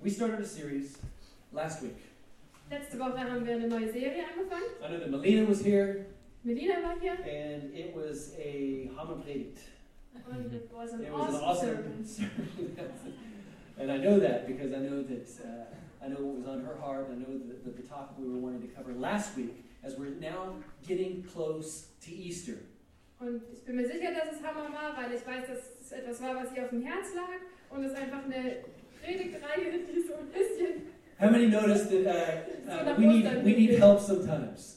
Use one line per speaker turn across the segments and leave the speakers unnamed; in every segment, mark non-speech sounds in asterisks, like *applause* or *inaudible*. We started a series last week.
Letzte Woche haben wir eine neue Serie angefangen.
I know that Melina was here,
Melina war hier
and it was a Haman Predigt.
und it was an
It Mhm. was an
awesome,
awesome
service.
sermon. *laughs* and I know that because I know that uh, I know what was on her heart. I know that the, the topic we were wanting to cover last week, as we're now getting close to Easter.
Und ich bin mir sicher, dass es Hammer war, weil ich weiß, dass es etwas war, was ihr auf dem Herz lag. Und es einfach eine Predigtreihe, die so ein bisschen.
How many noticed that uh,
So
uh,
that
we
was
need
done.
we need help sometimes?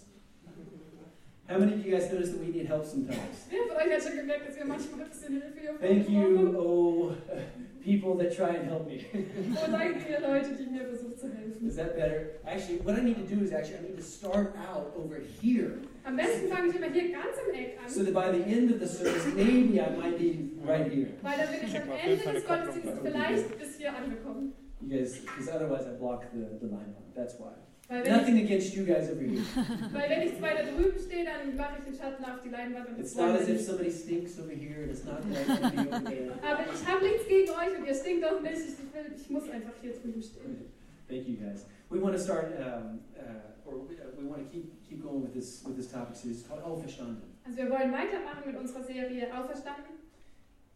How many of you guys noticed that we need help sometimes?
Wer von euch hat schon gemerkt, dass wir manchmal ein bisschen Hilfe hier
Thank
brauchen?
you, oh, people that try and help me.
Und Oh, danke ihr Leute, die mir versucht zu
Is
helfen.
that better? Actually, what I need to do is actually I need to start out over here
Am besten fange ich immer hier ganz im Eck
so
an,
that by the end of the service, maybe I might be right here.
weil dann bin ich am Ende des Gottesdienstes vielleicht bis hier angekommen.
You guys, because otherwise I block the, the line. That's why.
Weil wenn, ich,
Nothing against you guys over here.
weil wenn ich weiter drüben stehe, dann mache ich den Schatten auf die Leinwand und
It's
freue
not
mich
as if
nicht.
somebody stinks over here and it's not that I can be over
Aber ich habe nichts gegen euch und ihr stinkt auch nicht. Ich, will, ich muss einfach hier drüben
there.
stehen.
Thank you guys. We want to start, um, uh, or we, uh, we want to keep keep going with this with this topic series. It's called Auferstanden.
Also wir wollen weitermachen mit unserer Serie Auferstanden.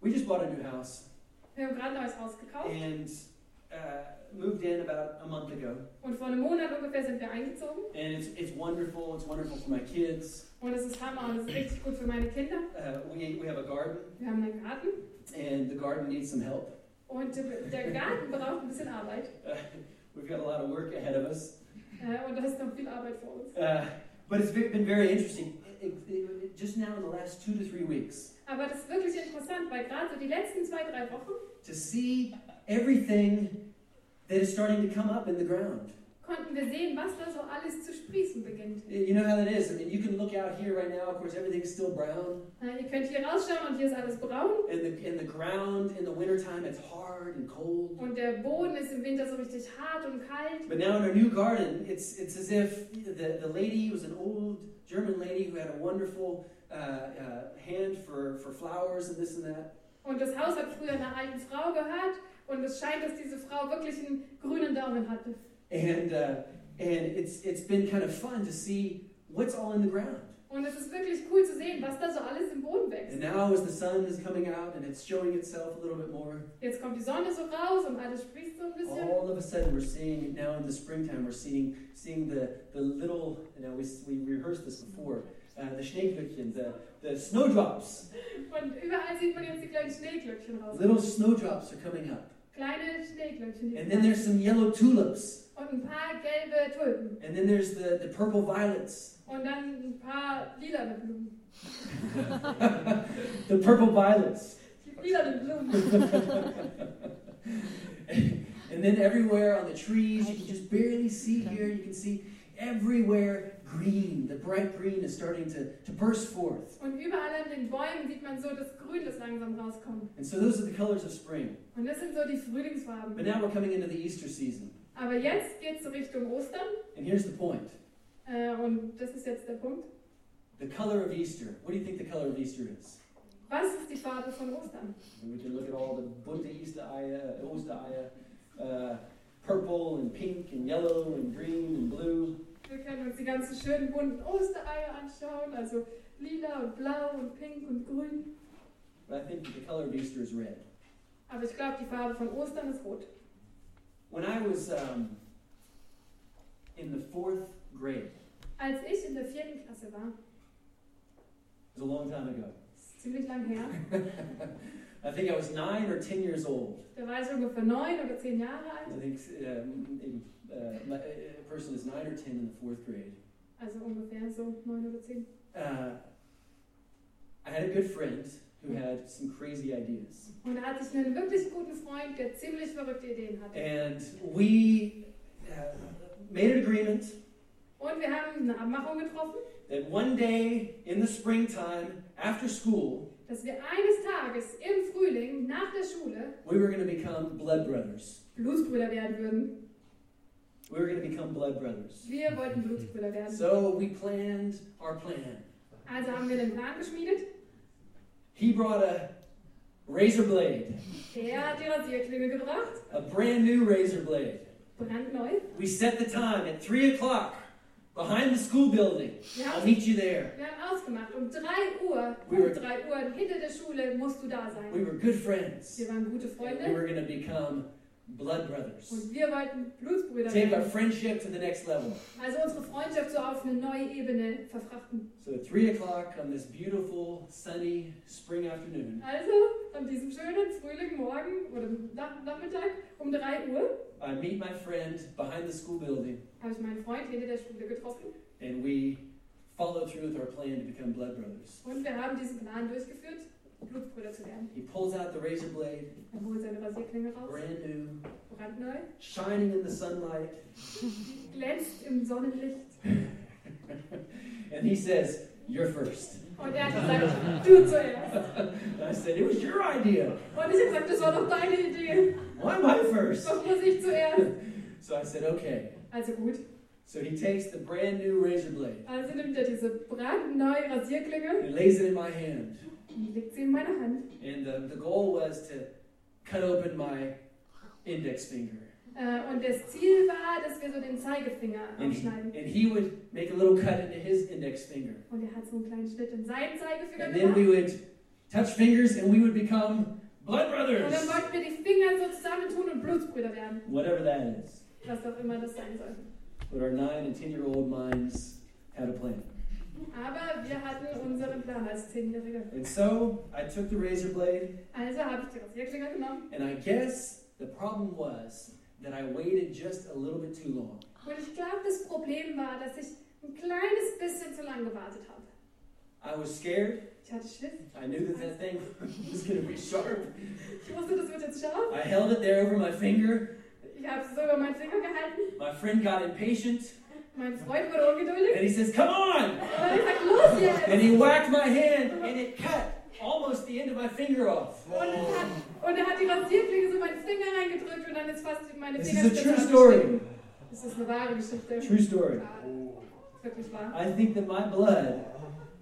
We just bought a new house
Wir haben gerade ein neues Haus gekauft
and uh, moved in about a month ago.
und vor einem Monat ungefähr sind wir eingezogen.
And it's, it's wonderful. It's wonderful for my kids.
Und es ist Hammer und es ist richtig gut für meine Kinder.
Uh, we, we have a garden,
Wir haben einen Garten
and the garden needs some help.
und der Garten braucht ein bisschen Arbeit.
Uh, *laughs* we've got a lot of work ahead of us.
Äh, Und da ist noch viel Arbeit vor uns.
Uh, but it's ve- been very interesting. It- it- it- just now, in the last two to three weeks,
Aber das ist wirklich interessant, weil gerade so die letzten zwei, drei Wochen
to see everything that is starting to come up in the ground.
konnten wir sehen, was da so alles zu sprießen beginnt.
You know how that is. I mean, you can look out here right now. Of course, everything's still brown,
Äh, Ihr könnt hier rausschauen und hier ist alles braun.
and the and the ground in the wintertime it's hard and cold.
Und der Boden ist im Winter so richtig hart und kalt.
But now in our new garden, it's it's as if the, the lady was an old German lady who had a wonderful uh, uh, hand for, for flowers and this and that.
Und das Haus hat früher einer alten Frau gehört. Und es scheint, dass diese Frau wirklich einen grünen Daumen hatte.
And uh, and it's it's been kind of fun to see what's all in the ground.
Und es ist wirklich cool zu sehen, was da so alles im Boden wächst.
And now as the sun is coming out and it's showing itself a little bit more,
Jetzt kommt die Sonne so raus und alles sprießt so ein bisschen.
all of a sudden we're seeing now in the springtime we're seeing seeing the the little you know we, we rehearsed this before uh, the Schneeglöckchen the the snowdrops
Und überall sieht man jetzt die kleinen Schneeglöckchen raus.
little snowdrops are coming up.
Kleine Schneeglöckchen. die
And
wir
then there's some yellow tulips.
haben. Und ein paar gelbe Tulpen.
And then there's the, the purple violets. *laughs*
Und dann ein paar lilane Blumen.
the purple violets. *laughs*
Die lilane Blumen.
And then everywhere on the trees, you can just barely see here, you can see everywhere green. The bright green is starting to, to burst forth.
Und überall an den Bäumen sieht man so das Grün, das langsam rauskommt.
And so those are the colors of spring.
Und das sind so die Frühlingsfarben.
But now we're coming into the Easter season.
Aber jetzt geht es Richtung Ostern
And here's the point
äh, und das ist jetzt der Punkt.
the color of Easter. What do you think the color of Easter is?
Was ist die Farbe von Ostern?
And we can look at all the Bunte Ostereier, Ostereier, uh, purple and pink and yellow and green and blue.
Wir können uns die ganzen schönen bunten Ostereier anschauen, also lila und blau und pink und grün.
But I think that the color of Easter is red.
Aber ich glaube, die Farbe von Ostern ist rot.
When I was um, in the fourth grade,
Als ich in der vierten Klasse war,
it was a long time ago. *laughs*
das ist ziemlich lang her,
I think I was nine or ten years old.
da war ich ungefähr neun oder zehn Jahre alt,
I think um, uh, my- a person is nine or ten in the fourth grade.
also ungefähr so neun oder zehn.
Uh, I had a good friend who had some crazy ideas.
Und da hatte ich einen wirklich guten Freund, der ziemlich verrückte Ideen hatte.
And we uh, made an agreement
Und wir haben eine Abmachung getroffen,
that one day in the springtime, after school,
dass wir eines Tages im Frühling nach der Schule
we were going to become blood brothers.
Blutsbrüder werden würden.
We were going to become blood brothers.
Wir wollten Blutsbrüder werden.
So we planned our plan.
Also haben wir den Plan geschmiedet.
He brought a razor blade,
Er hat die Rasierklinge gebracht.
a brand new razor blade.
Brandneu.
We set the time at 3 o'clock behind the school building.
Wir
I'll
haben,
meet you there.
wir haben ausgemacht. Um 3 Uhr, um 3 Uhr hinter der Schule musst du da sein.
We were good friends.
Wir waren gute
We
Freunde
were going to become blood brothers.
und wir wollten Blutsbrüder
Take our
werden.
friendship to the next level.
Also unsere Freundschaft so auf eine neue Ebene verfrachten.
So at 3 o'clock on this beautiful, sunny spring afternoon,
Also an diesem schönen frühligen Morgen oder Nach- Nachmittag um 3 Uhr
I meet my friend behind the school building
habe ich meinen Freund hinter der Schule getroffen
and we follow through with our plan to become blood brothers.
und wir haben diesen Plan durchgeführt, Blutsbrüder zu werden.
He pulls out the razor blade,
Er holt seine Rasierklinge raus,
brand new,
brandneu,
shining in the sunlight,
glänzt im Sonnenlicht.
and he says, You're first. *laughs*
Und er hat gesagt, du zuerst.
And I said, It was your idea.
Und ich habe gesagt, das war doch deine Idee.
Why am I first?
Doch muss ich zuerst.
So I said, Okay.
Also gut.
So he takes the brand new razor blade,
Also nimmt er diese brandneue Rasierklinge
he lays it in my hand,
und legt sie in meine Hand.
and the, the goal was to cut open my index finger.
Äh, Und das Ziel war, dass wir so den Zeigefinger
And he,
abschneiden.
and he would make a little cut into his index finger.
Und er hat so einen kleinen Schnitt in seinen Zeigefinger
And then
gemacht.
we would touch fingers and we would become blood
Und
brothers.
dann wollten wir die Finger so zusammentun und Blutsbrüder werden.
Whatever that is.
Was auch immer das sein soll.
But our nine and ten year old minds had a plan.
Aber wir hatten unseren Plan als Zehnjährige.
And so I took the razor blade,
Also habe ich die Rasierklinge genommen.
and I guess the problem was that I waited just a little bit too long.
Und ich glaube, das Problem war, dass ich ein kleines bisschen zu lange gewartet habe.
I was scared.
Ich hatte Schiss.
I knew that that thing *laughs* was going to be sharp.
Ich wusste, das wird jetzt scharf.
I held it there over my finger.
Ich habe es so über meinen Finger gehalten.
My friend got impatient,
Mein Freund wurde ungeduldig.
and he says, Come on!
Und ich sag, los
And
jetzt!
he whacked my hand, and it cut almost the end of my finger off.
Und, es hat, und er hat die Rasierklinge so meinen Finger reingedrückt und dann ist fast meine
This
Finger
is a true story.
Das ist eine wahre Geschichte.
True story.
Wahr. Wirklich wahr.
I think that my blood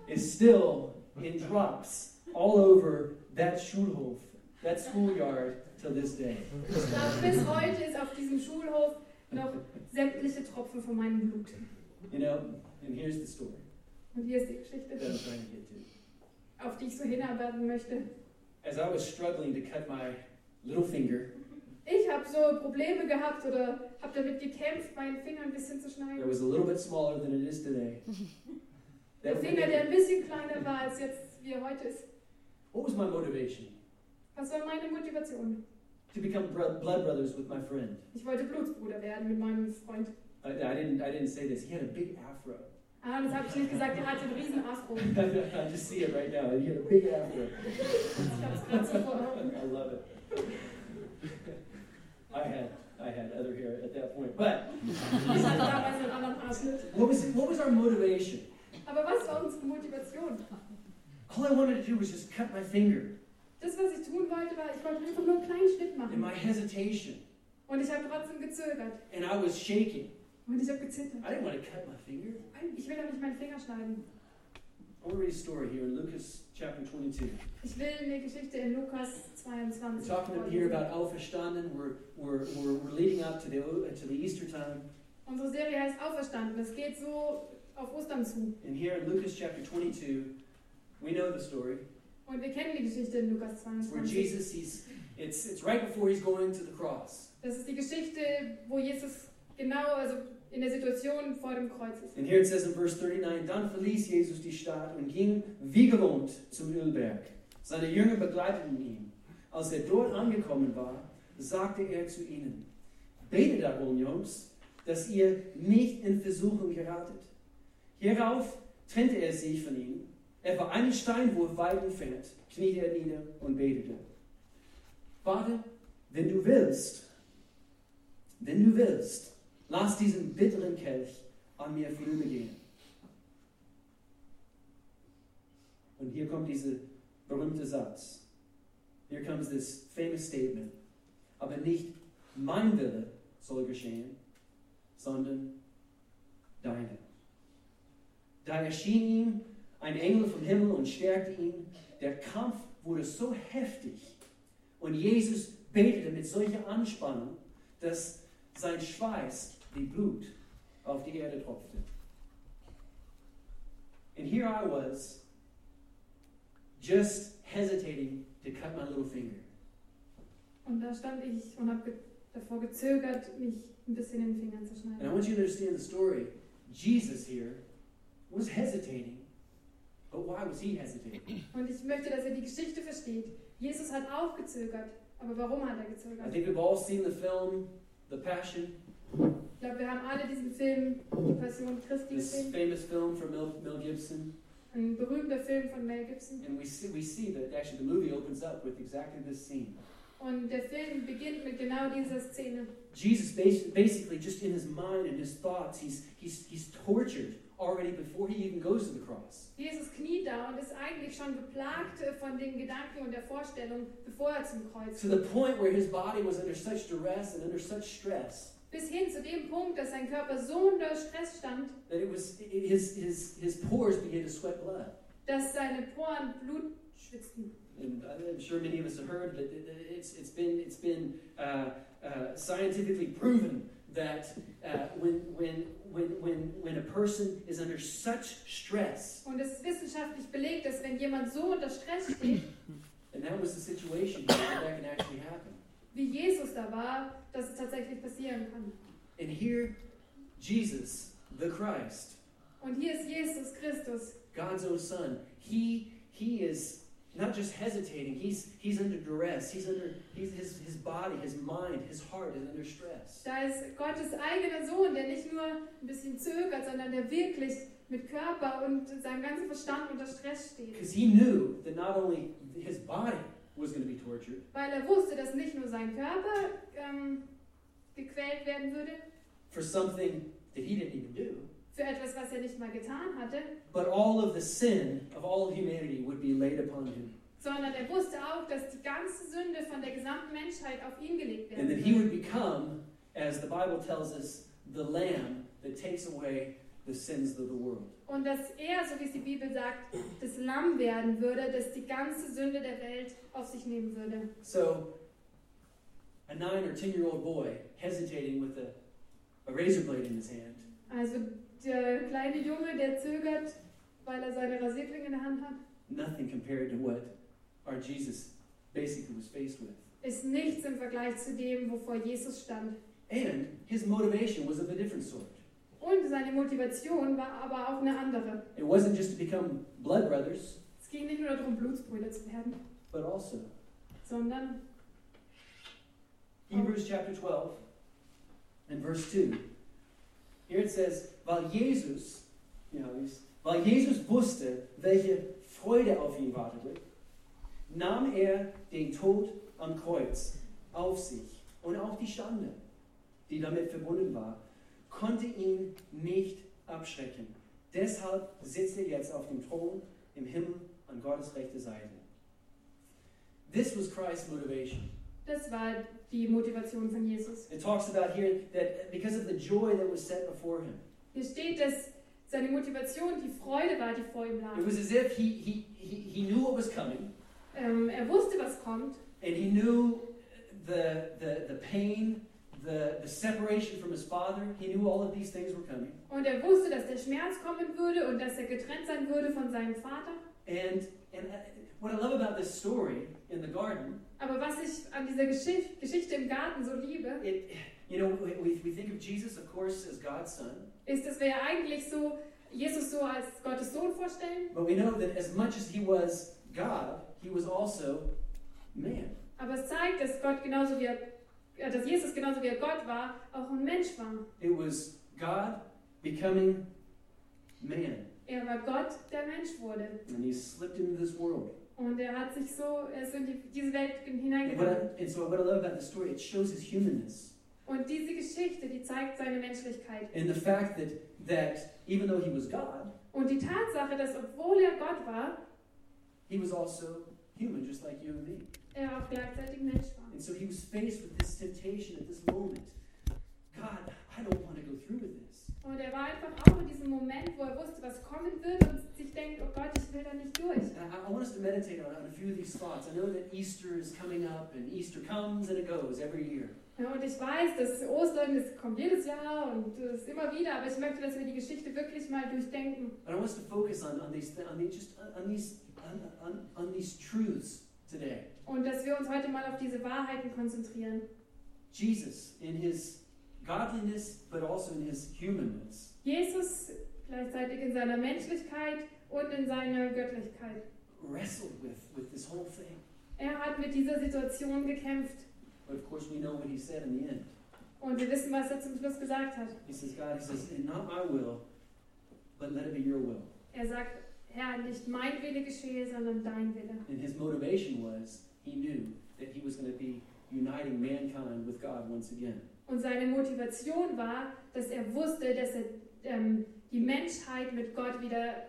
is still in drops all over that Schulhof, that schoolyard, till this day.
Ich glaube, bis heute ist auf diesem Schulhof noch sämtliche Tropfen von meinem Blut.
You know, and here's the story
Und hier ist die
that I'm
Geschichte,
trying to get to.
auf die ich so hinarbeiten möchte.
As I was struggling to cut my little finger,
Ich habe so Probleme gehabt oder habe damit gekämpft, meinen Finger ein bisschen zu schneiden.
that was a little bit smaller than it is today.
Der
That
Finger, der ein bisschen kleiner war als jetzt, wie er heute ist.
what was my motivation?
Was war meine Motivation?
To become bro- blood brothers with my friend.
Ich wollte Blutsbruder werden mit meinem Freund.
I, I didn't. I didn't say this. He had a big afro. *laughs*
Ah, das habe ich nicht gesagt, er hatte einen riesen Afro. Ich
I just see it right now. He had a big afro.
habe es gerade so vor Augen.
I love it. *laughs* I had I had other hair at that point, but
Ich hatte damals einen anderen Haarschnitt.
what was what was our motivation?
Aber was war unsere Motivation?
All I wanted to do was just cut my finger.
Das, was ich tun wollte, war, ich wollte einfach nur einen kleinen Schnitt
And
machen.
my hesitation,
Und ich habe trotzdem gezögert.
and I was shaking.
Und ich habe gezittert.
I didn't want to cut my finger.
Ich will doch nicht meinen Finger schneiden.
I want to read a story here in Lucas chapter 22.
Ich will eine Geschichte in Lukas
We're
22
talking here
vorlesen.
about Auferstanden. We're we're we're, we're leading up to the uh, to the Easter time,
Unsere Serie heißt Auferstanden. Es geht so auf Ostern zu.
and here in Lucas chapter 22, we know the story.
Und wir kennen die Geschichte in Lukas
It's where
22.
Jesus he's it's it's right before he's going to the cross.
Das ist die Geschichte, wo Jesus genau, also in der Situation vor dem Kreuz ist.
And here it says in verse 39, Dann verließ Jesus die Stadt und ging wie gewohnt zum Ölberg. Seine Jünger begleiteten ihn. Als er dort angekommen war, sagte er zu ihnen, Betet darum, Jungs, dass ihr nicht in Versuchung geratet. Hierauf trennte er sich von ihnen. Er war einen Steinwurf weit entfernt, kniete er nieder und betete. Vater, wenn du willst, wenn du willst, lass diesen bitteren Kelch an mir vorübergehen. Und hier kommt dieser berühmte Satz. Here comes this famous statement. Aber nicht mein Wille soll geschehen, sondern deine. Da erschien ihm ein Engel vom Himmel und stärkte ihn. Der Kampf wurde so heftig und Jesus betete mit solcher Anspannung, dass sein Schweiß wie Blut auf die Erde tropfte. And here I was, just hesitating to cut my little finger.
Und da stand ich und habe ge davor gezögert, mich ein bisschen in den Fingern zu
And I
schneiden.
want you to understand the story. Jesus here was hesitating. But why was he hesitating?
Und ich möchte, dass ihr die Geschichte versteht. Jesus hat auch gezögert. Aber warum hat er
I
gezögert?
think we've all seen the film The Passion,
Ich glaube, wir haben alle diesen Film, die Passion Christi,
this
gesehen.
famous film from Mel, Mel Gibson.
Ein berühmter Film von Mel Gibson.
And we see, we see that actually the movie opens up with exactly this scene.
Und der Film beginnt mit genau dieser Szene.
Jesus bas- basically, just in his mind and his thoughts, he's, he's, he's tortured already before he even goes to the cross.
Jesus kniet da und ist eigentlich schon geplagt äh, von den Gedanken und der Vorstellung, bevor er zum Kreuz
To the *laughs*
kommt.
point where his body was under such duress and under such stress
Bis hin zu dem Punkt, dass sein Körper so unter Stress stand,
that it was his, his, his pores began to sweat blood.
dass seine Poren Blut schwitzten.
And I'm sure many of us have heard that it- it- it's, it's been, it's been uh, uh, scientifically proven that uh, when, when, when, when, when a person is under such stress,
Und es ist wissenschaftlich belegt, dass wenn jemand so unter Stress steht,
and that was the situation, that that can actually happen.
wie Jesus da war, dass es tatsächlich passieren kann.
And here, Jesus, the Christ,
Und hier ist Jesus Christus,
God's own Son, he, he is not just hesitating, he's, he's under duress, he's under, he's, his, his body, his mind, his heart is under stress.
Da ist Gottes eigener Sohn, der nicht nur ein bisschen zögert, sondern der wirklich mit Körper und seinem ganzen Verstand unter Stress steht.
Because he knew that not only his body was going to be tortured,
Weil er wusste, dass nicht nur sein Körper ähm, gequält werden würde
for something that he didn't even do,
für etwas, was er nicht mal getan hatte,
but all of the sin of all of humanity would be laid upon him.
sondern er wusste auch, dass die ganze Sünde von der gesamten Menschheit auf ihn gelegt
And that
werden
he
würde.
would become, as the Bible tells us, the lamb that takes away the sins of the world.
Und dass er, so wie es die Bibel sagt, das Lamm werden würde, das die ganze Sünde der Welt auf sich nehmen würde.
So, a nine or ten year old boy hesitating with a, a razor blade in his hand
Also der kleine Junge, der zögert, weil er seine Rasierklinge in der Hand hat,
nothing compared to what our Jesus basically was faced with.
ist nichts im Vergleich zu dem, wovor Jesus stand.
And his motivation was of a different sort.
Und seine Motivation war aber auch eine andere.
It wasn't just to become blood brothers,
Es ging nicht nur darum, Blutsbrüder zu werden,
but also
sondern
Hebrews chapter 12 and verse 2. Here it says, weil Jesus, ja, wie's- weil Jesus wusste, welche Freude auf ihn wartete, nahm er den Tod am Kreuz auf sich und auch die Schande, die damit verbunden war, konnte ihn nicht abschrecken. Deshalb sitzt er jetzt auf dem Thron im Himmel an Gottes rechter Seite. This was Christ's motivation.
das war die Motivation von Jesus.
It talks about here that because of the joy that was set before him,
Hier steht, dass seine Motivation die Freude war, die vor ihm lag.
it was as if he, he, he, he knew what was coming
Ähm, er wusste, was kommt.
and he knew the, the, the pain, the, the separation from his father. He knew all of these things were coming.
Und er wusste, dass der Schmerz kommen würde und dass er getrennt sein würde von seinem Vater.
And, and what I love about this story in the garden,
Aber was ich an dieser Geschicht Geschichte im Garten so liebe,
it, you know, we, we- we think of Jesus, of course, as God's son,
ist, dass wir ja eigentlich so Jesus so als Gottes Sohn vorstellen.
but we know that as much as he was God, he was also man.
Aber es zeigt, dass Gott genauso wie er, äh, dass Jesus genauso wie er Gott war, auch ein Mensch war.
It was God becoming man.
Er war Gott, der Mensch wurde.
And he slipped into this world.
Und er hat sich so, er ist in die, diese Welt
And, what
hineingegangen.
I, and so, what I love about the story, it shows his humanness
Und diese Geschichte, die zeigt seine Menschlichkeit.
and the fact that that even though he was God,
Und die Tatsache, dass obwohl er Gott war,
he was also human, just like you and me.
er auch gleichzeitig Mensch war.
And so, he was faced with this temptation at this moment. God, I don't want to go through with this.
Und er war einfach auch in diesem Moment, wo er wusste, was kommen wird und sich denkt, oh Gott, ich will da nicht durch.
And I, I want want us to meditate on, on a few of these thoughts. I know that Easter is coming up, and Easter comes and it goes every year.
Ja, und ich weiß, dass Ostern das kommt jedes Jahr und es ist immer wieder, aber ich möchte, dass wir die Geschichte wirklich mal durchdenken.
But I want us to focus on, on these on these just on- on these on, on, on these truths today.
Und dass wir uns heute mal auf diese Wahrheiten konzentrieren.
Jesus in his godliness, but also in his humanness.
Jesus gleichzeitig in seiner Menschlichkeit und in seiner Göttlichkeit.
wrestled with with this whole thing.
Er hat mit dieser Situation gekämpft
But of course, we know what he said in the end.
und wir wissen, was er zum Schluss gesagt hat.
He says, God, he says, "And not my will, but let it be your will.
Er sagt, Herr, nicht mein Wille geschehe, sondern dein Wille.
And his motivation was he knew that he was going to be uniting mankind with God once again.
Und seine Motivation war, dass er wusste, dass er ähm, die Menschheit mit Gott wieder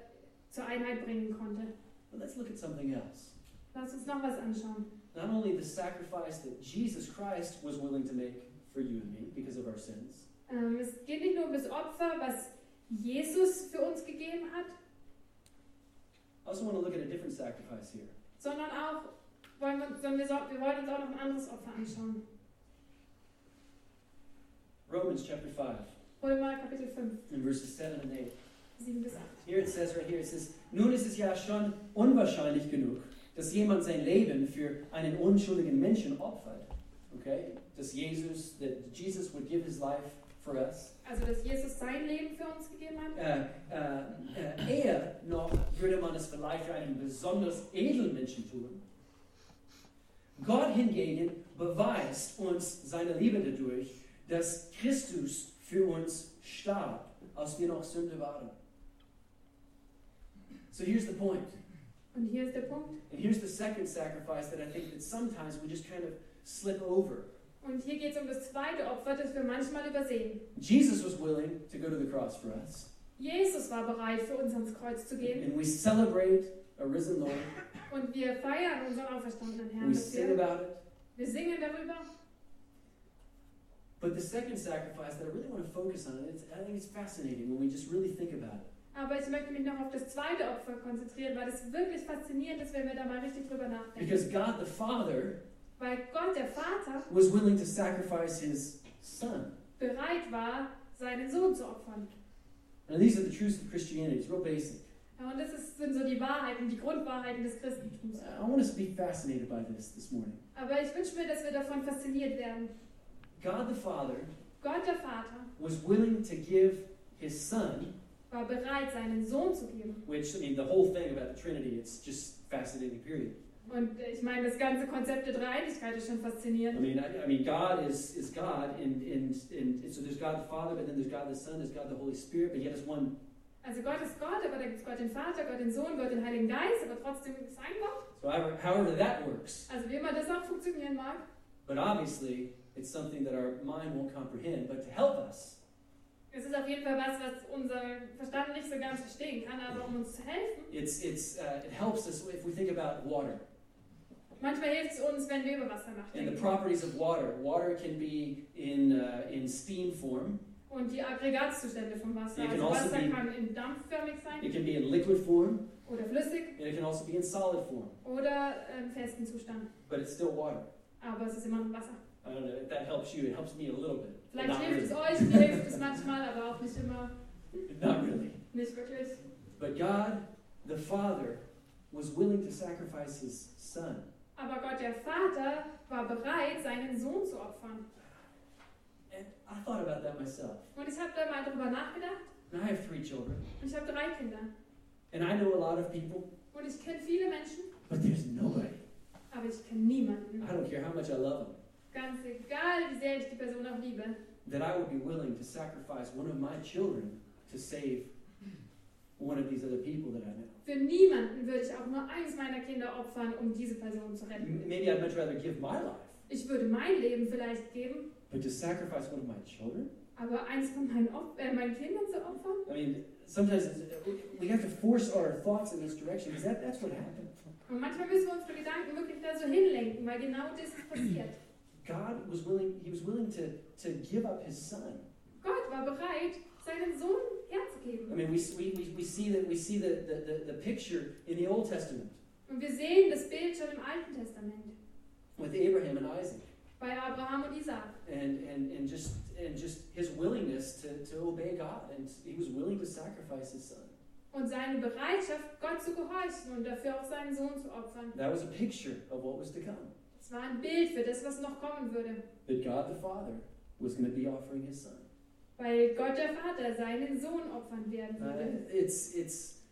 zur Einheit bringen konnte.
But let's look at something else.
Lass uns noch was anschauen.
Not only the sacrifice that Jesus Christ was willing to make for you and me because of our sins,
Ähm, es geht nicht nur um das Opfer, was Jesus für uns gegeben hat,
I also want to look at a different sacrifice here.
sondern auch, wollen wir, sondern wir, so- wir wollen uns auch noch ein anderes Opfer anschauen.
Romans chapter 5
Römer Kapitel 5,
and verses 7 and 8.
7 bis 8.
Hier it says right here, it says, nun ist es ja schon unwahrscheinlich genug, dass jemand sein Leben für einen unschuldigen Menschen opfert. Okay? Dass Jesus, that Jesus would give his life for us.
Also, dass Jesus sein Leben für uns gegeben hat.
Äh, äh, äh, eher noch würde man es vielleicht für einen besonders edlen Menschen tun. Gott hingegen beweist uns seine Liebe dadurch, dass Christus für uns starb, als wir noch Sünde waren. So here's the point.
Und hier ist der Punkt.
And here's the second sacrifice that I think that sometimes we just kind of slip over.
Und hier geht es um das zweite Opfer, das wir manchmal übersehen.
Jesus was willing to go to the cross for us,
Jesus war bereit, für uns ans Kreuz zu gehen.
and we celebrate a risen Lord.
Und wir feiern unseren auferstandenen Herrn
We sing
dafür.
about it.
Wir singen darüber.
But the second sacrifice that I really want to focus on, and it's, I think it's fascinating when we just really think about it.
Aber ich möchte mich noch auf das zweite Opfer konzentrieren, weil es wirklich faszinierend ist, wenn wir da mal richtig drüber nachdenken.
Because God the Father
Weil Gott, der Vater,
was willing to sacrifice his Son.
bereit war, seinen Sohn zu opfern.
Now, these are the truths of Christianity. It's real basic.
Ja, Und das ist, sind so die Wahrheiten, die Grundwahrheiten des Christentums.
I want us to be fascinated by this this morning.
Aber ich wünsche mir, dass wir davon fasziniert werden.
God the Father
Gott, der Vater,
was willing to give his Son
war bereit, seinen Sohn zu geben.
Which, I mean, the whole thing about the Trinity, it's just fascinating, period.
Und ich meine, das ganze Konzept der Dreieinigkeit ist schon
I
faszinierend.
mean, I, I mean, God is, is God, and, and, and, so there's God the Father, but then there's God the Son, there's God the Holy Spirit, but yet it's one,
Also Gott ist Gott, aber da gibt es Gott den Vater, Gott den Sohn, Gott den Heiligen Geist, aber trotzdem ist ein Gott.
so however, however that works.
Also wie immer das auch funktionieren mag.
But obviously, it's something that our mind won't comprehend, but to help us,
Es ist auf jeden Fall was, was unser Verstand nicht so ganz verstehen kann, aber um uns zu helfen.
it's, it's, uh, it helps us if we think about water
Manchmal hilft es uns, wenn wir über Wasser
and the
nachdenken.
properties of water. Water can be in, uh, in steam form,
Und die Aggregatzustände vom Wasser.
You can
Also
also
Wasser
be-
kann in dampfförmig sein
it can be in liquid form,
oder flüssig
and it can also be in solid form,
oder im festen Zustand.
but it's still water.
Aber es ist immer noch Wasser.
I don't know if that helps you. It helps me a little bit.
Vielleicht
not
hilft
really.
es euch, mir hilft es manchmal, aber auch nicht immer.
Not really.
Nicht wirklich.
But God, the Father, was willing to sacrifice His Son.
Aber Gott, der Vater, war bereit, seinen Sohn zu opfern.
And I thought about that myself.
Und ich habe da mal drüber nachgedacht.
And I have three children,
Und ich habe drei Kinder.
and I know a lot of people,
Und ich kenne viele Menschen,
but there's nobody.
aber ich kenne niemanden.
I don't care how much I love them,
Ganz egal, wie sehr ich die Person auch liebe,
that I would be willing to sacrifice one of my children to save one of these other people that I know.
für niemanden würde ich auch nur eines meiner Kinder opfern, um diese Person zu retten.
M- Maybe I'd much rather give my life,
Ich würde mein Leben vielleicht geben,
but to sacrifice one of my children?
aber eins von meinen, Op äh, meinen Kindern zu opfern?
I mean, sometimes it's- uh, we have to force our thoughts in this direction because that, that's what happened.
Und manchmal müssen wir unsere Gedanken wirklich da so hinlenken, weil genau das ist passiert.
God was willing, he was willing to, to give up his son.
Gott war bereit, seinen Sohn herzugeben.
I mean, we, we, we- we see that we see the, the, the, the picture in the Old Testament.
Und Und wir sehen das Bild schon im Alten Testament,
with Abraham and Isaac
bei Abraham und Isaac.
and, and, and just and just his willingness to, to obey God and he was willing to sacrifice his son.
Und seine Bereitschaft, Gott zu gehorchen und dafür auch seinen Sohn zu opfern.
That was a picture of what was to come.
Es war ein Bild für das, was noch kommen würde.
That God the Father was going to be offering his son.
Weil Gott der Vater seinen Sohn opfern werden
Uh,
würde.
it's it's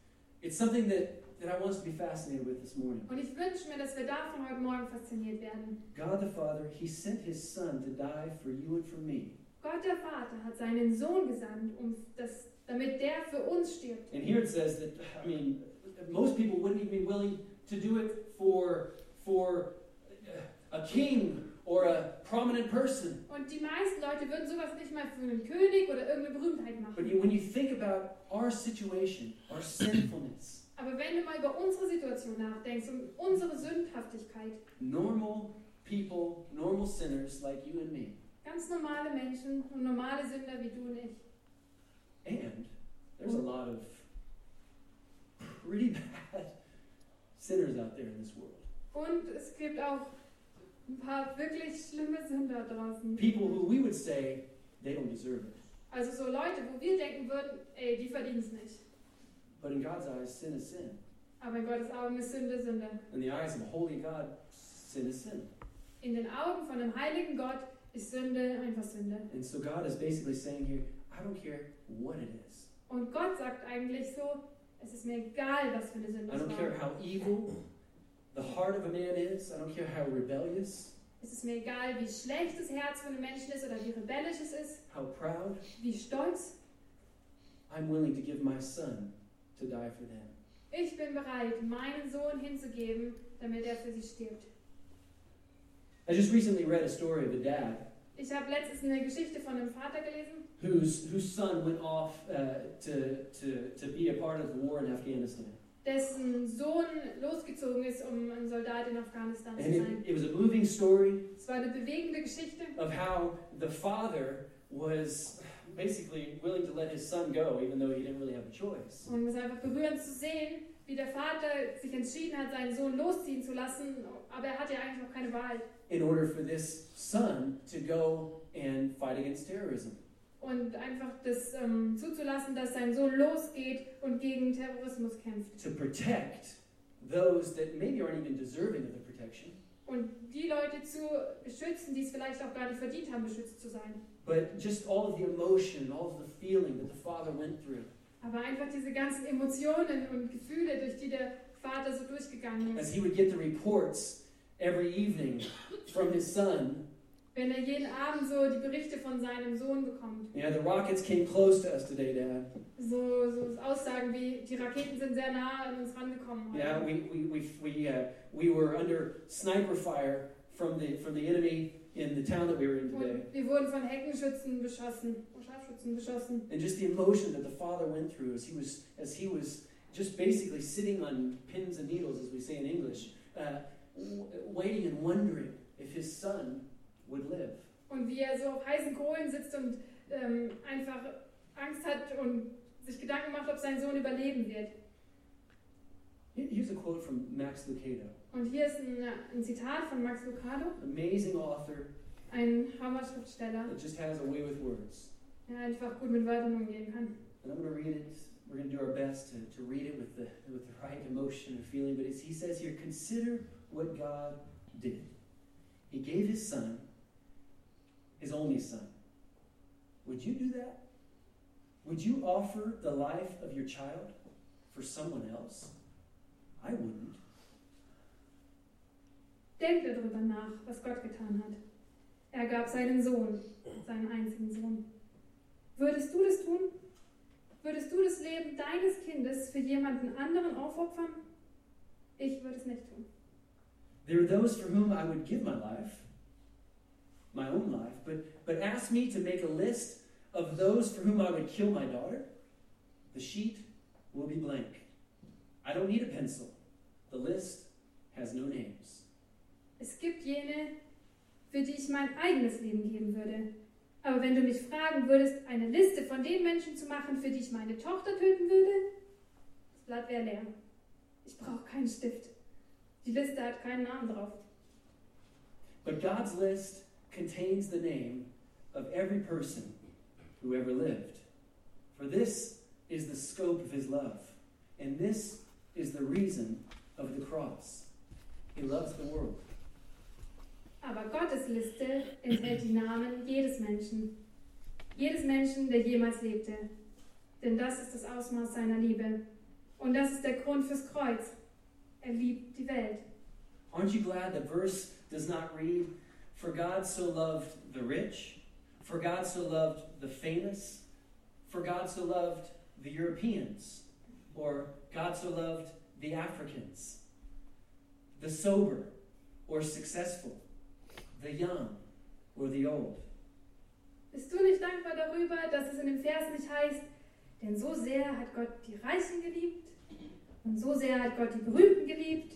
it's something that, that I want us to be fascinated with this morning.
Und ich wünsche mir, dass wir davon heute Morgen fasziniert werden.
God the Father, He sent His Son to die for you and for me.
Gott der Vater hat seinen Sohn gesandt, um das, damit der für uns stirbt.
And here it says that I mean, most people wouldn't even be willing to do it for for a king or a prominent person.
Und die meisten Leute würden sowas nicht mal für einen König oder irgendeine Berühmtheit
But
machen.
you, when you think about our situation, our sinfulness,
Aber wenn du mal über unsere Situation nachdenkst und unsere Sündhaftigkeit,
normal people, normal sinners like you and me,
ganz normale Menschen und normale Sünder wie du und ich.
and there's a lot of pretty *laughs* bad sinners out there in this world.
Und es gibt auch ein paar wirklich schlimme Sünder draußen.
People who we would say they don't deserve it.
Also so Leute, wo wir denken würden, ey, die verdienen es nicht.
But in God's eyes, sin is sin.
Aber in Gottes Augen ist Sünde Sünde.
In the eyes of a holy God, sin is sin.
In den Augen von einem heiligen Gott ist Sünde einfach Sünde.
And so God is basically saying here, I don't care what it is.
Und Gott sagt eigentlich so, es ist mir egal, was für eine Sünde
I
es
don't care
war.
how evil the heart of a man is. I don't care how rebellious,
Es ist mir egal, wie schlecht das Herz von einem Menschen ist oder wie rebellisch es ist,
how proud.
wie stolz.
I'm willing to give my son to die for them.
Ich bin bereit, meinen Sohn hinzugeben, damit er für sie stirbt.
I just recently read a story of a dad
Ich habe letztens eine Geschichte von einem Vater gelesen,
whose, whose son went off uh, to, to, to be a part of the war in Afghanistan.
dessen Sohn losgezogen ist, um ein Soldat in Afghanistan zu
And
sein.
it, it was a moving story.
Es war eine bewegende Geschichte,
of how the father was basically willing to let his son go, even though he didn't really have a choice.
Und es ist einfach berührend zu sehen, wie der Vater sich entschieden hat, seinen Sohn losziehen zu lassen, aber er hatte ja eigentlich auch keine Wahl.
In order for this son to go and fight against terrorism.
Und einfach das ähm, zuzulassen, dass sein Sohn losgeht und gegen Terrorismus kämpft.
To protect those that maybe aren't even deserving of the protection,
Und die Leute zu beschützen, die es vielleicht auch gar nicht verdient haben, beschützt zu sein.
but just all of the emotion, all of the feeling that the father went through.
Aber einfach diese ganzen Emotionen und Gefühle, durch die der Vater so durchgegangen
As
ist.
he would get the reports every evening from his son.
Wenn er jeden Abend so die Berichte von seinem Sohn bekommt.
You know, the rockets came close to us today, Dad.
So, so Aussagen wie, die Raketen sind sehr nah an uns rangekommen. heute."
Yeah, we we we we, uh, we were under sniper fire from the from the enemy in the town that we were in today,
Und wir wurden von Heckenschützen beschossen, von Scharfschützen beschossen.
and just the emotion that the father went through as he was as he was just basically sitting on pins and needles, as we say in English, uh, w- waiting and wondering if his son would live.
Und wie er so auf heißen Kohlen sitzt und ähm, einfach Angst hat und sich Gedanken macht, ob sein Sohn überleben wird.
Here- Here's a quote from Max Lucado,
Und hier ist ein, ein Zitat von Max Lucado,
amazing author
ein Hammer-Schriftsteller,
that just has a way with words,
der einfach gut mit Wörtern umgehen kann.
and I'm going to read it. We're going to do our best to, to read it with the, with the right emotion and feeling. But it's, he says here, consider what God did. He gave his son, his only son. Would you do that? Would you offer the life of your child for someone else? I wouldn't.
Denke darüber nach, was Gott getan hat. Er gab seinen Sohn, seinen einzigen Sohn. Würdest du das tun? Würdest du das Leben deines Kindes für jemanden anderen aufopfern? Ich würde es nicht tun.
There are those for whom I would give my life, my own life, but, but ask me to make a list of those for whom I would kill my daughter. The sheet will be blank. I don't need a pencil. The list has no names.
Es gibt jene, für die ich mein eigenes Leben geben würde. Aber wenn du mich fragen würdest, eine Liste von den Menschen zu machen, für die ich meine Tochter töten würde, das Blatt wäre leer. Ich brauche keinen Stift. Die Liste hat keinen Namen drauf.
But God's list contains the name of every person who ever lived. For this is the scope of his love, and this is the reason of the cross. He loves the world.
Aber Gottes Liste enthält die Namen jedes Menschen. Jedes Menschen, der jemals lebte. Denn das ist das Ausmaß seiner Liebe. Und das ist der Grund fürs Kreuz. Er liebt die Welt.
Aren't you glad the verse does not read, For God so loved the rich, for God so loved the famous, for God so loved the Europeans, or God so loved the Africans, the sober or successful, the young or the old?
Bist du nicht dankbar darüber, dass es in dem Vers nicht heißt, denn so sehr hat Gott die Reichen geliebt und so sehr hat Gott die Berühmten geliebt?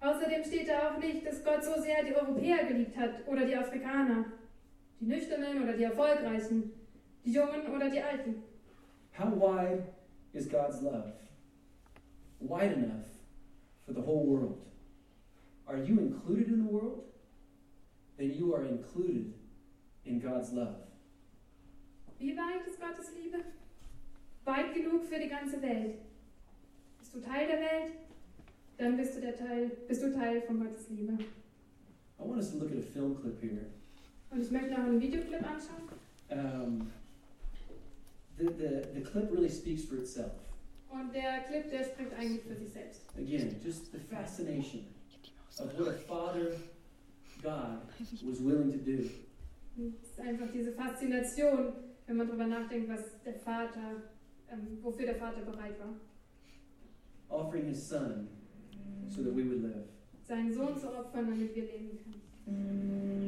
Außerdem steht da auch nicht, dass Gott so sehr die Europäer geliebt hat oder die Afrikaner, die Nüchternen oder die Erfolgreichen, die Jungen oder die Alten.
How wide is God's love? Wide enough for the whole world. Are you included in the world? Then you are included in God's love.
Wie weit ist Gottes Liebe? Weit genug für die ganze Welt. Bist du Teil der Welt? Dann bist du, der Teil, bist du Teil von Gottes Liebe.
I want us to look at a film clip here.
Und ich möchte noch einen Videoclip anschauen.
Um, the, the, the clip really speaks for itself.
Und der Clip, der spricht eigentlich für sich selbst.
Again, just the fascination of what a father God was willing to do.
Und Es ist einfach diese Faszination, wenn man darüber nachdenkt, was der Vater, ähm, wofür der Vater bereit war.
offering his son so that we would live.
Seinen Sohn zu opfern, damit wir leben können.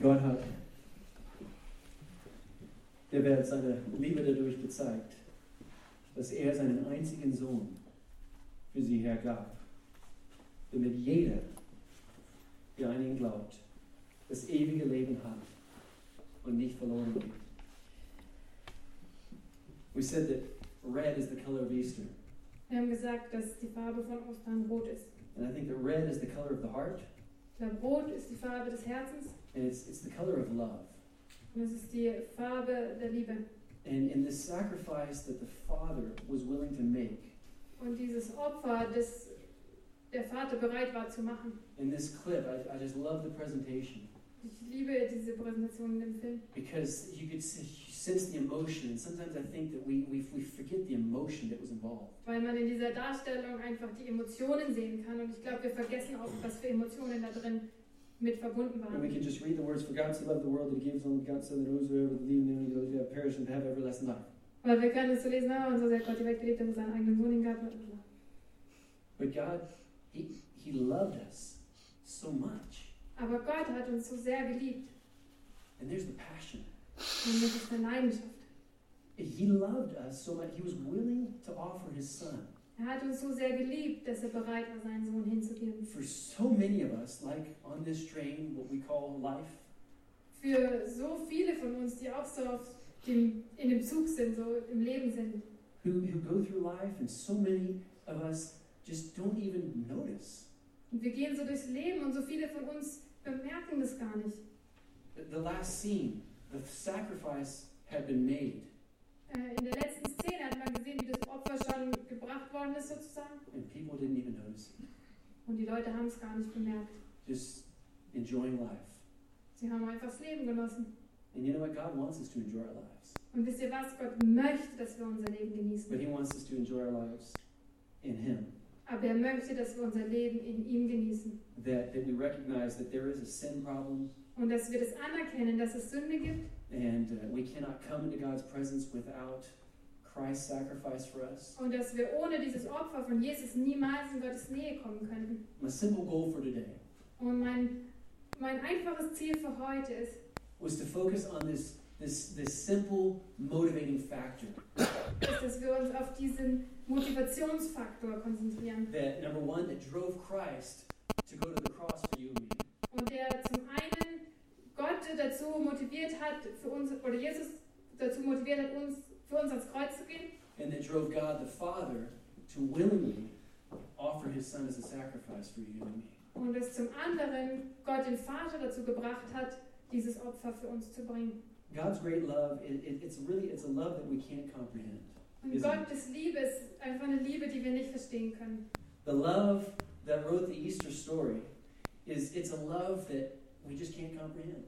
Gott hat der Welt seine Liebe dadurch gezeigt, dass er seinen einzigen Sohn für sie hergab, damit jeder, der an ihn glaubt, das ewige Leben hat und nicht verloren geht. We said that red is the color of Easter,
Wir haben gesagt, dass die Farbe von Ostern rot ist.
and I think that red is the color of the heart,
Der Rot ist die Farbe des Herzens
and it's, it's the color of love.
und es ist die Farbe der Liebe.
And in this sacrifice that the Father was willing to make,
Und dieses Opfer, das der Vater bereit war zu machen.
in this clip, I, I just love the presentation
Ich liebe diese Präsentation in dem Film,
because you could see, you sense the emotion. And sometimes I think that we, we, we forget the emotion that was involved.
weil man in dieser Darstellung einfach die Emotionen sehen kann. Und ich glaube, wir vergessen auch, was für Emotionen da drin mit verbunden
And we
waren.
can just read the words, For God so loved the world that he gave his only begotten Son, that whosoever believes in him will not perish and have everlasting life.
Weil wir können es so lesen, ah, und so sehr hat Gott die Welt geliebt, dass es seinen eigenen Sohn hingab.
But God, he, he loved us so much.
Aber Gott hat uns so sehr geliebt.
And there's the passion.
Und das ist eine Leidenschaft.
He loved us so much, he was willing to offer his Son.
Er hat uns so sehr geliebt, dass er bereit war, seinen Sohn hinzugeben.
For so many of us, like on this train, what we call life,
Für so viele von uns, die auch so auf dem, in dem Zug sind, so im Leben sind,
who, who go through life, and so many of us just don't even notice.
Und wir gehen so durchs Leben und so viele von uns bemerken das gar nicht.
The- The last scene, the sacrifice had been made,
Äh, In der letzten Szene hat man gesehen, wie das Opfer schon gebracht worden ist sozusagen.
and people didn't even notice.
Und die Leute haben es gar nicht bemerkt.
Just enjoying life.
Sie haben einfach das Leben genossen.
And you know what? God wants us to enjoy our lives,
Und wisst ihr was? Gott möchte, dass wir unser Leben genießen.
but He wants us to enjoy our lives in Him.
Aber er möchte, dass wir unser Leben in ihm genießen.
That, that we recognize that there is a sin problem,
Und dass wir das anerkennen, dass es Sünde gibt.
and uh, we cannot come into God's presence without Christ's sacrifice for us.
Und dass wir ohne dieses Opfer von Jesus niemals in Gottes Nähe kommen könnten.
My simple goal for today
Und mein, mein einfaches Ziel für heute ist,
was to focus on this, this, this simple motivating factor
ist, dass wir uns auf diesen Motivationsfaktor konzentrieren.
that, number one, that drove Christ to go to the cross for you and me.
Und der zum einen Gott dazu motiviert hat, für uns, oder Jesus dazu motiviert hat, uns für uns ans Kreuz zu gehen.
And that drove God the Father to willingly offer his Son as a sacrifice for you and me.
Und dass zum anderen Gott den Vater dazu gebracht hat, dieses Opfer für uns zu bringen.
God's great love, it, it, it's really, it's a love that we can't comprehend.
Und
Ist-
Gottes Liebe ist einfach eine Liebe, die wir nicht verstehen können.
The love that wrote the Easter story is, it's a love that we just can't comprehend.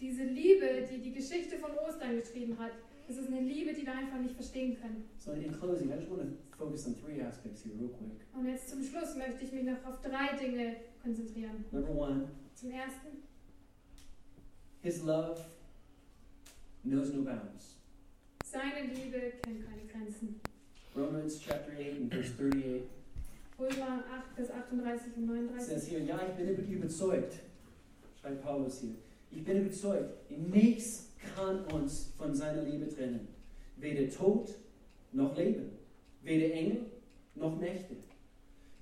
Diese Liebe, die die Geschichte von Ostern geschrieben hat, das ist eine Liebe, die wir einfach nicht verstehen können.
So in closing, I just want to focus on three aspects here real quick.
Und jetzt zum Schluss möchte ich mich noch auf drei Dinge konzentrieren.
Number one,
Zum Ersten,
His love knows no bounds.
seine Liebe kennt keine Grenzen.
Romans chapter 8 and verse 38
Römer 8 bis 38 und 39.
says here, Ja, ich bin überzeugt, schreibt Paulus hier, ich bin überzeugt, nichts kann uns von seiner Liebe trennen. Weder Tod noch Leben, weder Engel noch Mächte,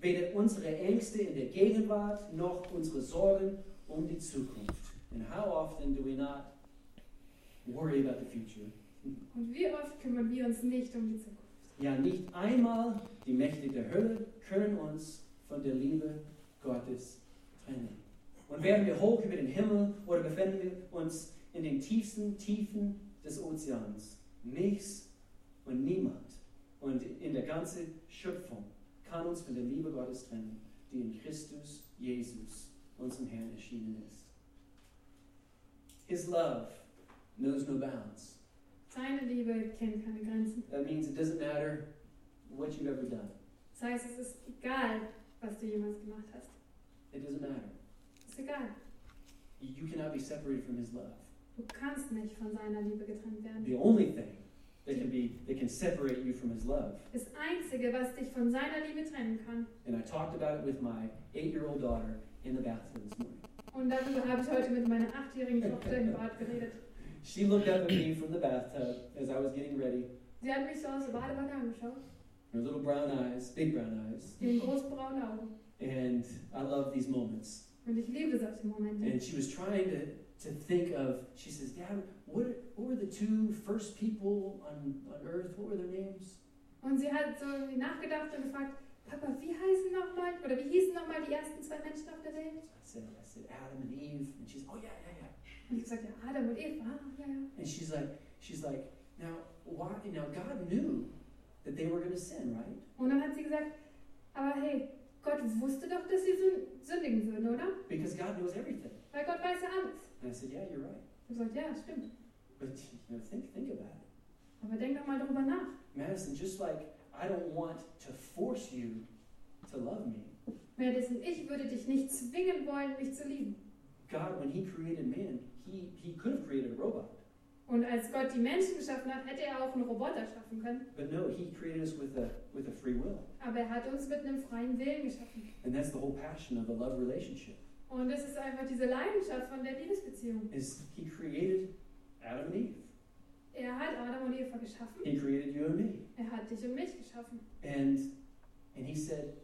weder unsere Ängste in der Gegenwart noch unsere Sorgen um die Zukunft. And how often do we not worry about the future?
Und wie oft kümmern wir uns nicht um die Zukunft?
Ja, nicht einmal die Mächte der Hölle können uns von der Liebe Gottes trennen. Und wären wir hoch über den Himmel oder befinden wir uns in den tiefsten Tiefen des Ozeans, nichts und niemand und in der ganzen Schöpfung kann uns von der Liebe Gottes trennen, die in Christus Jesus, unserem Herrn, erschienen ist. His love knows no bounds.
Seine Liebe kennt keine Grenzen.
That means it doesn't matter what you've ever done.
Das heißt, es ist egal, was du jemals gemacht hast.
It doesn't matter.
Es ist egal.
You cannot be separated from His love.
Du kannst nicht von seiner Liebe getrennt werden.
The only thing that can be that can separate you from His love.
Das Einzige, was dich von seiner Liebe trennen kann.
And I talked about it with my eight-year-old daughter in the bathroom this morning.
Und darüber habe ich heute mit meiner achtjährigen Tochter im Bad geredet.
She looked up at me from the bathtub as I was getting ready.
Sie hat mich so aus der Badewanne angeschaut,
Her little brown eyes, big brown eyes.
mit den großen braunen Augen.
And I love these moments.
Und ich liebe solche Momente.
And she was trying to, to think of, she says, Dad, what, what were the two first people on, on earth? What were their names?
Und sie hat so irgendwie nachgedacht und gefragt, Papa, wie heißen nochmal, oder wie hießen nochmal die ersten zwei Menschen auf der Welt?
I said, I said, Adam and Eve. And she's, oh, yeah, yeah, yeah.
Und ich habe gesagt, ja, Adam und Eva, ah, ja, ja.
And she's like, she's like, now, why, now God knew that they were going to sin, right?
Und dann hat sie gesagt, aber hey, Gott wusste doch, dass sie sün- sündigen würden, oder?
Because God knows everything.
Weil Gott weiß ja alles.
And I said, yeah, you're right.
Ich habe gesagt, ja, stimmt.
But you know, think, think about it.
Aber denk doch mal darüber nach.
Madison, just like I don't want to force you to love me,
Madison, ich würde dich nicht zwingen wollen, mich zu lieben.
God, when he created man, he, he could have created a robot.
Und als Gott die Menschen geschaffen hat, hätte er auch einen Roboter schaffen können.
But no, he created us with a with a free will.
Aber er hat uns mit einem freien Willen geschaffen.
And that's the whole passion of the love relationship.
Und das ist einfach diese Leidenschaft von der Liebesbeziehung.
Is he created Adam and Eve.
Er hat Adam und Eva geschaffen.
He created you and me.
Er hat dich und mich geschaffen.
And and he said,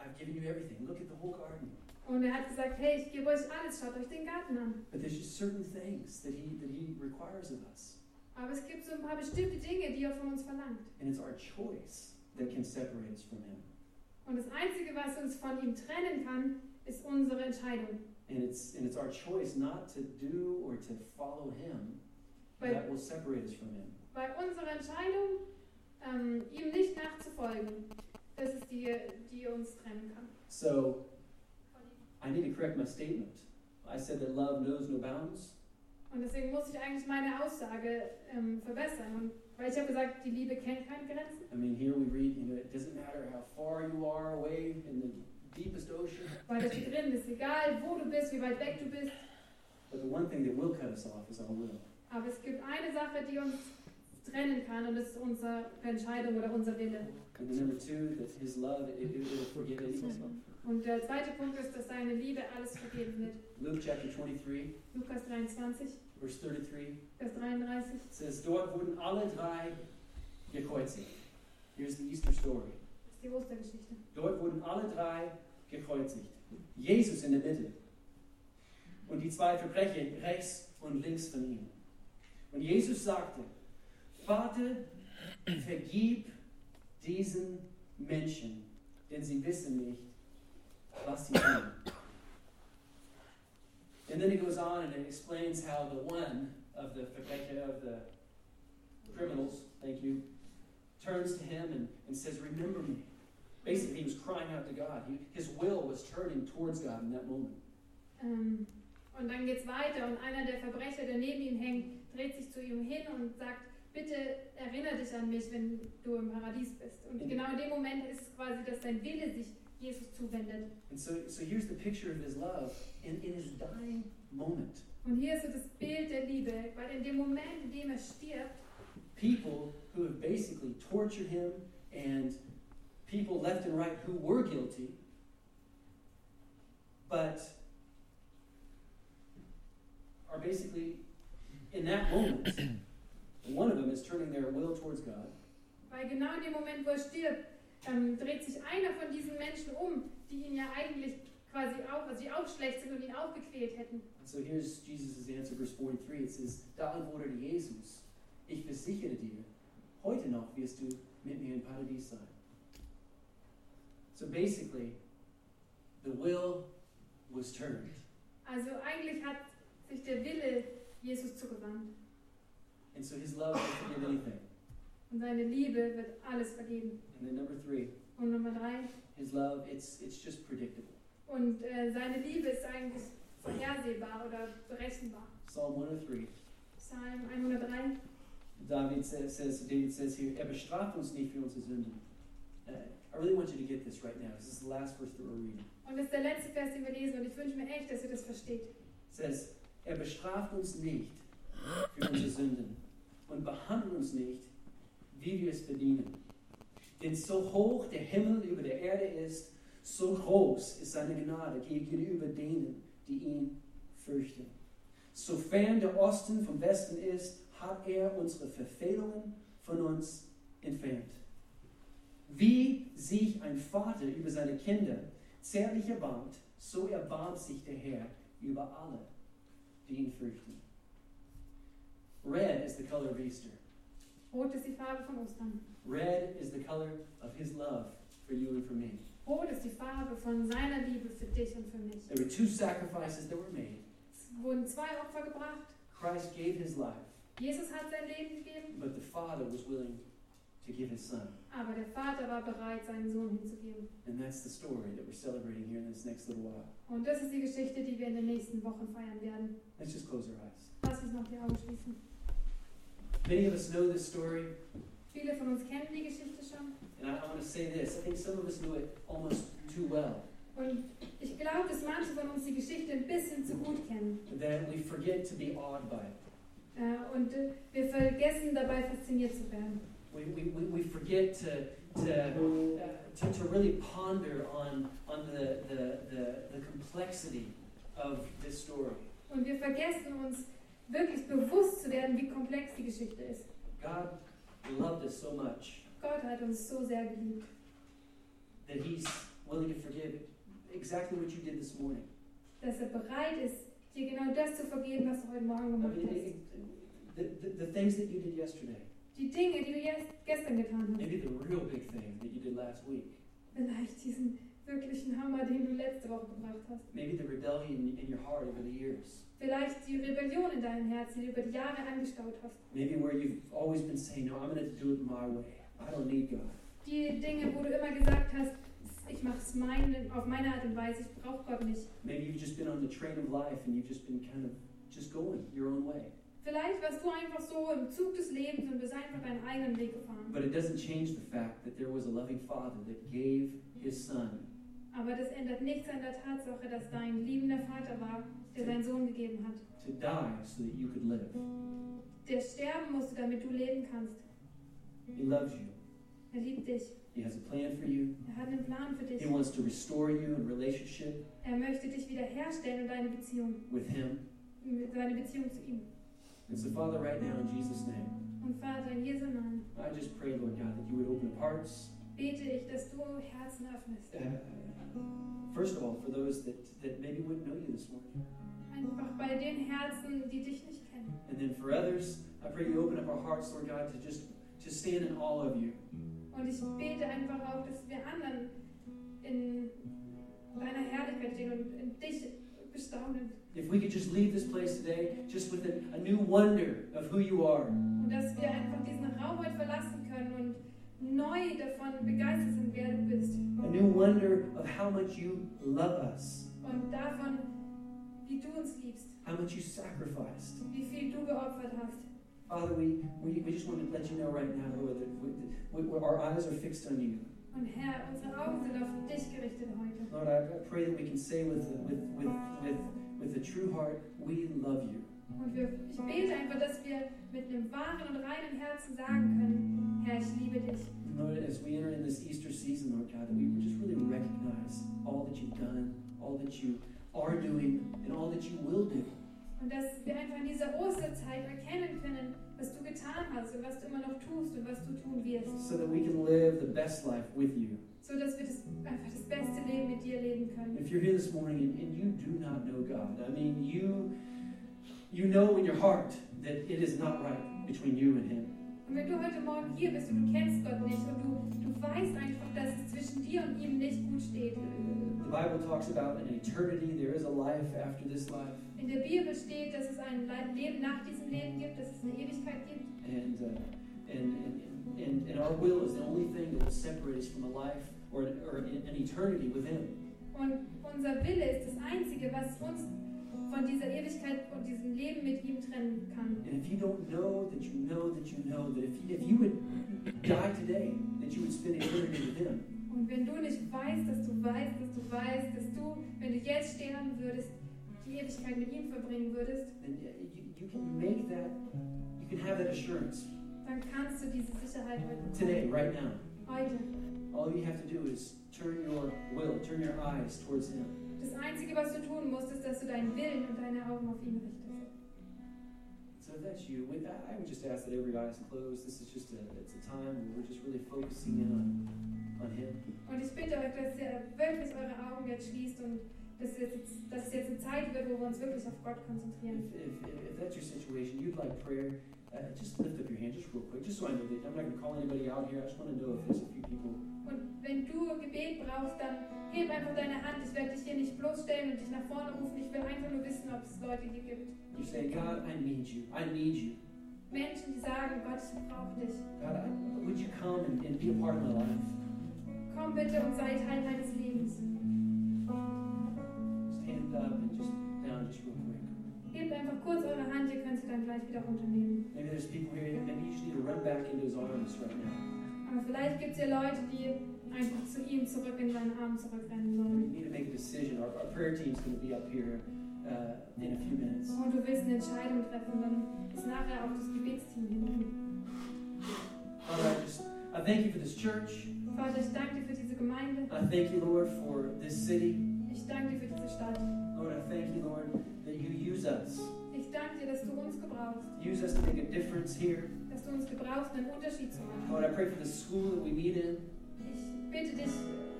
I've given you everything. Look at the whole garden.
Und er hat gesagt, hey, ich gebe euch alles, schaut euch den Garten an.
But there's just certain things that he that he requires of us.
Aber es gibt so ein paar bestimmte Dinge, die er von uns verlangt.
And it's our choice that can separate us from him.
Und das Einzige, was uns von ihm trennen kann, ist unsere Entscheidung.
And it's and it's our choice not to do or to follow him
Weil,
that will separate us from him.
weil unsere Entscheidung, ähm, ihm nicht nachzufolgen, das ist die, die uns trennen kann.
So I need to correct my statement. I said that love knows no bounds.
Und deswegen muss ich eigentlich meine Aussage ähm, verbessern. Und, weil ich habe gesagt, die Liebe kennt keine Grenzen.
I mean, here we read, you know, it doesn't matter how far you are away in the deepest ocean,
Weil da steht drin, ist egal, wo du bist, wie weit weg du bist.
but the one thing that will cut us off is our will.
Aber es gibt eine Sache, die uns trennen kann und das ist unsere Entscheidung oder unser Wille.
And then number two, that His love it, it, it will forgive anything.
Und der zweite Punkt ist, dass seine Liebe alles vergeben wird.
Luke chapter 23,
Lukas 23,
verse 33
Vers 33.
says, "Dort wurden alle drei gekreuzigt." Here's the Easter story.
Das ist die Ostergeschichte.
Dort wurden alle drei gekreuzigt. Jesus in der Mitte. Und die zwei Verbrecher rechts und links von ihm. Und Jesus sagte, Vater, vergib diesen Menschen, denn sie wissen nicht, was sie tun. And then it goes on and it explains how the one of the Verbrecher, of the criminals, thank you, turns to him and, and says, Remember me. Basically, he was crying out to God. He, his will was turning towards God in that moment.
Ähm, und dann geht's weiter und einer der Verbrecher, der neben ihm hängt, dreht sich zu ihm hin und sagt, bitte erinnere dich an mich, wenn du im Paradies bist. Und genau in dem Moment ist es quasi, dass sein Wille sich Jesus zuwendet.
And so, so here's the picture of his love in, in his dying moment.
Und hier ist so das Bild der Liebe, weil in dem Moment, in dem er stirbt,
People who have basically tortured him and people left and right who were guilty, but are basically in that moment, *clears throat* one of them is turning their will towards God.
Weil genau in dem Moment, wo er stirbt, ähm, dreht sich einer von diesen Menschen um, die ihn ja eigentlich quasi auch, also die auch schlecht sind und ihn auch gequält hätten.
And so here's Jesus' answer, verse 43. It says, Da antwortete Jesus, ich versichere dir, heute noch wirst du mit mir im Paradies sein. So basically, the will was turned.
Also eigentlich hat sich der Wille Jesus zugewandt
And so his love will forgive anything.
und seine Liebe wird alles vergeben.
And then number three,
Und Nummer drei,
his love, it's, it's just predictable.
und äh, seine Liebe ist eigentlich vorhersehbar oder berechenbar.
Psalm 103.
Psalm 103,
David says, says David says here, er bestraft uns nicht für unsere Sünden. Uh, I really want you to get this right now. This is the last verse that we're reading.
und das ist der letzte Vers, den wir lesen, und ich wünsche mir echt, dass ihr das versteht.
says, er bestraft uns nicht für unsere Sünden und behandelt uns nicht, wie wir es verdienen. Denn so hoch der Himmel über der Erde ist, So groß ist seine Gnade gegenüber denen, die ihn fürchten. Sofern der Osten vom Westen ist, hat er unsere Verfehlungen von uns entfernt. Wie sich ein Vater über seine Kinder zärtlich erbarmt, so erbarmt sich der Herr über alle, die ihn fürchten. Red is the color of Easter.
Rot ist die Farbe von Ostern.
Red is the color of his love for you and for me.
Rot ist die Farbe von seiner Liebe für dich und für mich.
There were two sacrifices that were made.
Es wurden zwei Opfer gebracht.
Christ gave his life,
Jesus hat sein Leben gegeben,
but the Father was willing to give his Son.
aber der Vater war bereit, seinen Sohn hinzugeben.
And that's the story that we're celebrating here in this next little while.
Und das ist die Geschichte, die wir in den nächsten Wochen feiern werden.
Let's just close our eyes.
Lass uns noch die Augen schließen.
Many of us know this story,
Viele von uns kennen die Geschichte schon.
and I, I want to say this. I think some of us know it almost too well
Und ich glaube, dass manche von uns die Geschichte ein bisschen zu gut kennen.
that we forget to be awed by it.
Äh, Und äh, wir vergessen dabei, fasziniert zu werden.
We, we, we we forget to, to, uh, to, to really ponder on, on the, the, the, the complexity of this story.
Und wir vergessen uns wirklich bewusst zu werden, wie komplex die Geschichte ist.
God loved us so much
Gott hat uns so sehr geliebt,
that He's willing to forgive exactly what you did this morning.
dass er bereit ist, dir genau das zu vergeben, was du heute Morgen
I
gemacht
mean,
hast.
it- it- the, the, the things that you did yesterday,
Die Dinge, die du jetzt gestern getan hast.
maybe the real big thing that you did last week,
Vielleicht diesen wirklichen Hammer, den du letzte Woche gebracht hast.
maybe the rebellion in your heart over the years,
Vielleicht die Rebellion in deinem Herzen, die du über die Jahre angestaut hast.
maybe where you've always been saying, No, I'm going to do it my way. I don't need God.
Die Dinge, wo du immer gesagt hast, ich mache es mein, auf meine Art und Weise, ich brauche Gott nicht.
Maybe you've just been on the train of life and you've just been kind of just going your own way.
Vielleicht warst du einfach so im Zug des Lebens und bist einfach deinen eigenen Weg gefahren.
But it doesn't change the fact that there was a loving Father that gave His Son
Aber das ändert nichts an der Tatsache, dass dein liebender Vater war, der seinen Sohn gegeben hat.
to die so that you could live.
Der sterben musste, damit du leben kannst.
He loves you.
Er liebt dich.
He has a plan for you.
Er hat einen Plan für dich.
He wants to restore you in relationship
Er möchte dich wiederherstellen und deine Beziehung,
with Him.
deine Beziehung zu ihm.
And so, Father, right now in Jesus' name,
Und Vater, in Jesu Namen
I just pray, Lord God, that you would open up hearts.
bete ich, dass du Herzen öffnest.
Uh, first of all, for those that, that maybe wouldn't know you this morning.
Einfach bei den Herzen, die dich nicht kennen.
And then for others, I pray you open up our hearts, Lord God, to just to stand in all of you.
Und ich bete einfach auch, dass wir anderen in deiner Herrlichkeit sehen und in dich bestaunen.
If we could just leave this place today just with a, a new wonder of who you are.
Und dass wir einfach diesen Raum heute verlassen können und neu davon begeistert sind, wer du bist.
A new wonder of how much you love us,
Und davon, wie du uns liebst,
how much you sacrificed.
wie viel du geopfert hast.
Father, we, we, we just want to let you know right now, Lord, that we, we, our eyes are fixed on you.
Und Herr, unsere Augen sind auf dich gerichtet heute.
Lord, I pray that we can say with, with, with, with, with a true heart, we love you.
Und wir, ich bete einfach, dass wir mit einem wahren und reinen Herzen sagen können, Herr, ich liebe dich.
And Lord, as we enter in this Easter season, Lord God, that we would just really recognize all that you've done, all that you are doing, and all that you will do.
Und dass wir einfach in dieser Osterzeit erkennen können, was du getan hast und was du immer noch tust und was du tun wirst.
so that we can live the best life with you.
So dass wir das, einfach das beste Leben mit dir leben können.
If you're here this morning and, and you do not know God, I mean, you you know in your heart that it is not right between you and Him.
Und wenn du heute Morgen hier bist und du kennst Gott nicht und du, du weißt einfach, dass es zwischen dir und ihm nicht gut steht.
The Bible talks about an eternity. There is a life after this life,
In der Bibel steht, dass es ein Le- Leben nach diesem Leben gibt, dass es eine Ewigkeit gibt.
and uh, and, and and and our will is the only thing that will separate us from a life or an, or an an eternity with Him.
Und unser Wille ist das Einzige, was uns von dieser Ewigkeit und diesem Leben mit ihm trennen kann.
And if you don't know that you know that you know that if you, if you would die today, that you would spend eternity with Him.
Und wenn du nicht weißt, dass du weißt, dass du weißt, dass du, wenn du jetzt sterben würdest, die Ewigkeit mit ihm verbringen würdest,
then you, you can make that, you can have that assurance
dann kannst du diese Sicherheit heute
today, right now.
Heute.
All you have to do is Turn your will, turn your eyes towards Him.
Das Einzige, was du tun musst, ist, dass du deinen Willen und deine Augen auf ihn richtest.
So if that's you, with that, I would just ask that every eye is closed. This is just a, it's a time where we're just really focusing in on, on Him.
Und ich bitte euch, dass ihr wirklich eure Augen jetzt schließt und dass, ihr jetzt, dass es jetzt eine Zeit wird, wo wir uns wirklich auf Gott
If,
konzentrieren.
if, if, if that's your situation, you'd like prayer, uh, just lift up your hand just real quick, just so I know that I'm not going to call anybody out here. I just want to know if there's a few people.
Und wenn du Gebet brauchst, dann heb einfach deine Hand. Ich werde dich hier nicht bloßstellen und dich nach vorne rufen. Ich will einfach nur wissen, ob es Leute hier gibt.
You're saying, God, I need you. I need you.
Menschen, die sagen, Gott, ich brauche dich.
God, I, would you come and, and be a part of my life?
Komm bitte und sei Teil meines Lebens.
Stand up and just down just real quick.
Hebt einfach kurz eure Hand, ihr könnt sie dann gleich wieder runternehmen.
Maybe there's people here that maybe you just need to run back into his arms right now.
Aber vielleicht gibt es ja Leute, die einfach zu ihm zurück in seinen Arm zurückrennen
We
sollen.
need to make a decision. Our, our prayer team's going to be up here uh, in a few minutes.
Und du willst eine Entscheidung treffen, dann ist nachher auch das Gebetsteam hinten.
Father, I just I thank you for this church.
Vater, ich danke dir für diese Gemeinde.
I thank you, Lord, for this city.
Ich danke dir für diese Stadt.
Lord, I thank you, Lord, that you use us.
Ich danke dir, dass du uns gebrauchst.
Use us to make a difference here.
Dass du uns gebrauchst, einen Unterschied zu machen.
Lord, I pray for the school that we meet in.
Ich bitte dich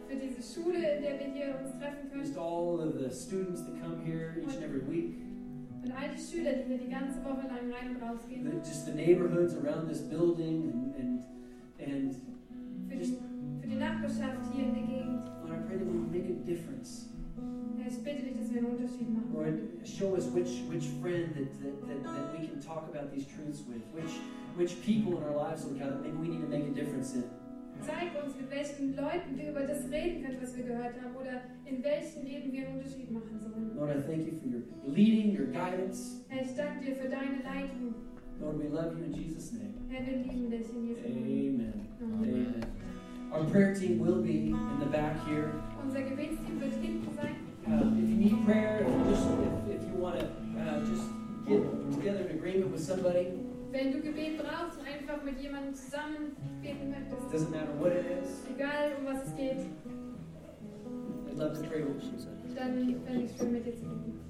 für diese Schule, in der wir hier uns treffen können.
Just all of the students that come here each and every week.
Und all die Schüler, die hier die ganze Woche lang rein und rausgehen.
The, just the neighborhoods around this building and and, and
Für die, für die Nachbarschaft hier in der Gegend.
Lord, I pray that we would make a difference.
Ja, ich bitte dich, dass wir einen Unterschied machen.
Lord, show us which, which friend that, that, that, that we can talk about these truths with, which, which people in our lives, Lord God, that maybe we need to make a difference in.
Zeig uns, mit welchen Leuten wir über das reden können, was wir gehört haben, oder in welchen Leben wir einen Unterschied machen sollen.
Lord, I thank you for your leading, your guidance.
Herr, ich danke dir für deine Leitung.
Lord, we love you in Jesus' name.
Herr, wir lieben dich in Jesu Namen.
Amen.
Amen.
Amen. Our prayer team will be in the back here.
Unser Gebetsteam wird hinten sein.
Um, if you need prayer, if you, just, if, if you want to uh, just get together in agreement with somebody,
Wenn du Gebet brauchst und einfach mit jemandem zusammen
it
beten möchtest,
doesn't matter what it is,
egal um was es geht,
I'd love to pray with you.
dann werde ich schon mit dir zu beten.